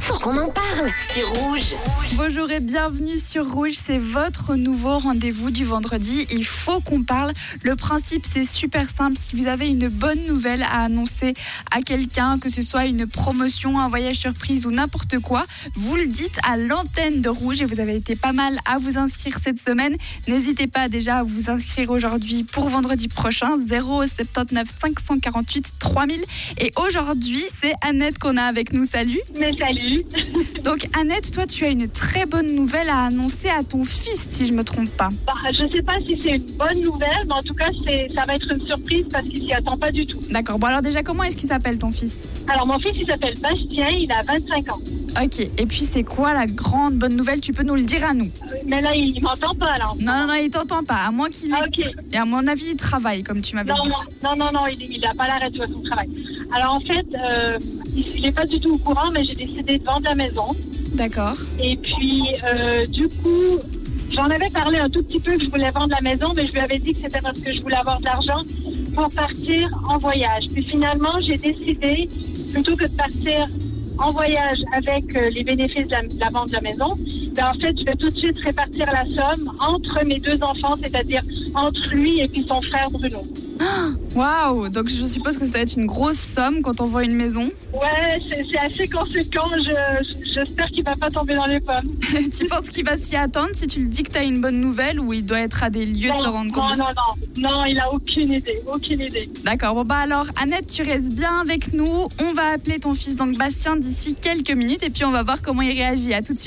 Faut qu'on en parle sur Rouge. Bonjour et bienvenue sur Rouge, c'est votre nouveau rendez-vous du vendredi. Il faut qu'on parle. Le principe, c'est super simple. Si vous avez une bonne nouvelle à annoncer à quelqu'un, que ce soit une promotion, un voyage surprise ou n'importe quoi, vous le dites à l'antenne de Rouge et vous avez été pas mal à vous inscrire cette semaine. N'hésitez pas déjà à vous inscrire aujourd'hui pour vendredi prochain, 079 548 3000. Et aujourd'hui, c'est Annette qu'on a avec nous. Salut Mais salut Donc Annette, toi tu as une très bonne nouvelle à annoncer à ton fils si je me trompe pas. Bah, Je sais pas si c'est une bonne nouvelle, mais en tout cas, c'est, ça va être une surprise parce qu'il s'y attend pas du tout. D'accord, bon alors déjà comment est-ce qu'il s'appelle ton fils Alors, mon fils, il s'appelle Bastien, il a 25 ans. Ok, et puis c'est quoi la grande bonne nouvelle Tu peux nous le dire à nous Mais là, il m'entend pas, là. Non, non, non, il t'entend pas, à moins qu'il Ah, ait... ok. Et à mon avis il travaille comme tu m'avais Non, dit. non, non, non, non, il, il a pas l'arrêt de son travail. Alors, en fait, euh, il il est pas du tout au courant, mais j'ai décidé de vendre la maison. D'accord. Et puis, euh, du coup, j'en avais parlé un tout petit peu que je voulais vendre la maison, mais je lui avais dit que c'était parce que je voulais avoir de l'argent pour partir en voyage. Puis finalement, j'ai décidé, plutôt que de partir en voyage avec euh, les bénéfices de la, de la vente de la maison, ben en fait, je vais tout de suite répartir la somme entre mes deux enfants, c'est-à-dire entre lui et puis son frère Bruno. Waouh, donc je suppose que ça va être une grosse somme quand on voit une maison. Ouais, c'est c'est assez conséquent. Je- je- J'espère qu'il va pas tomber dans les pommes. tu penses qu'il va s'y attendre si tu lui dis que tu as une bonne nouvelle ou il doit être à des lieux de se non, rendre non, compte de ça non, non, non, il a aucune idée, aucune idée. D'accord, bon bah alors Annette, tu restes bien avec nous. On va appeler ton fils, donc Bastien, d'ici quelques minutes et puis on va voir comment il réagit. À tout de suite.